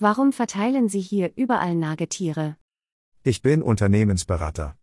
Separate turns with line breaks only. Warum verteilen Sie hier überall Nagetiere?
Ich bin Unternehmensberater.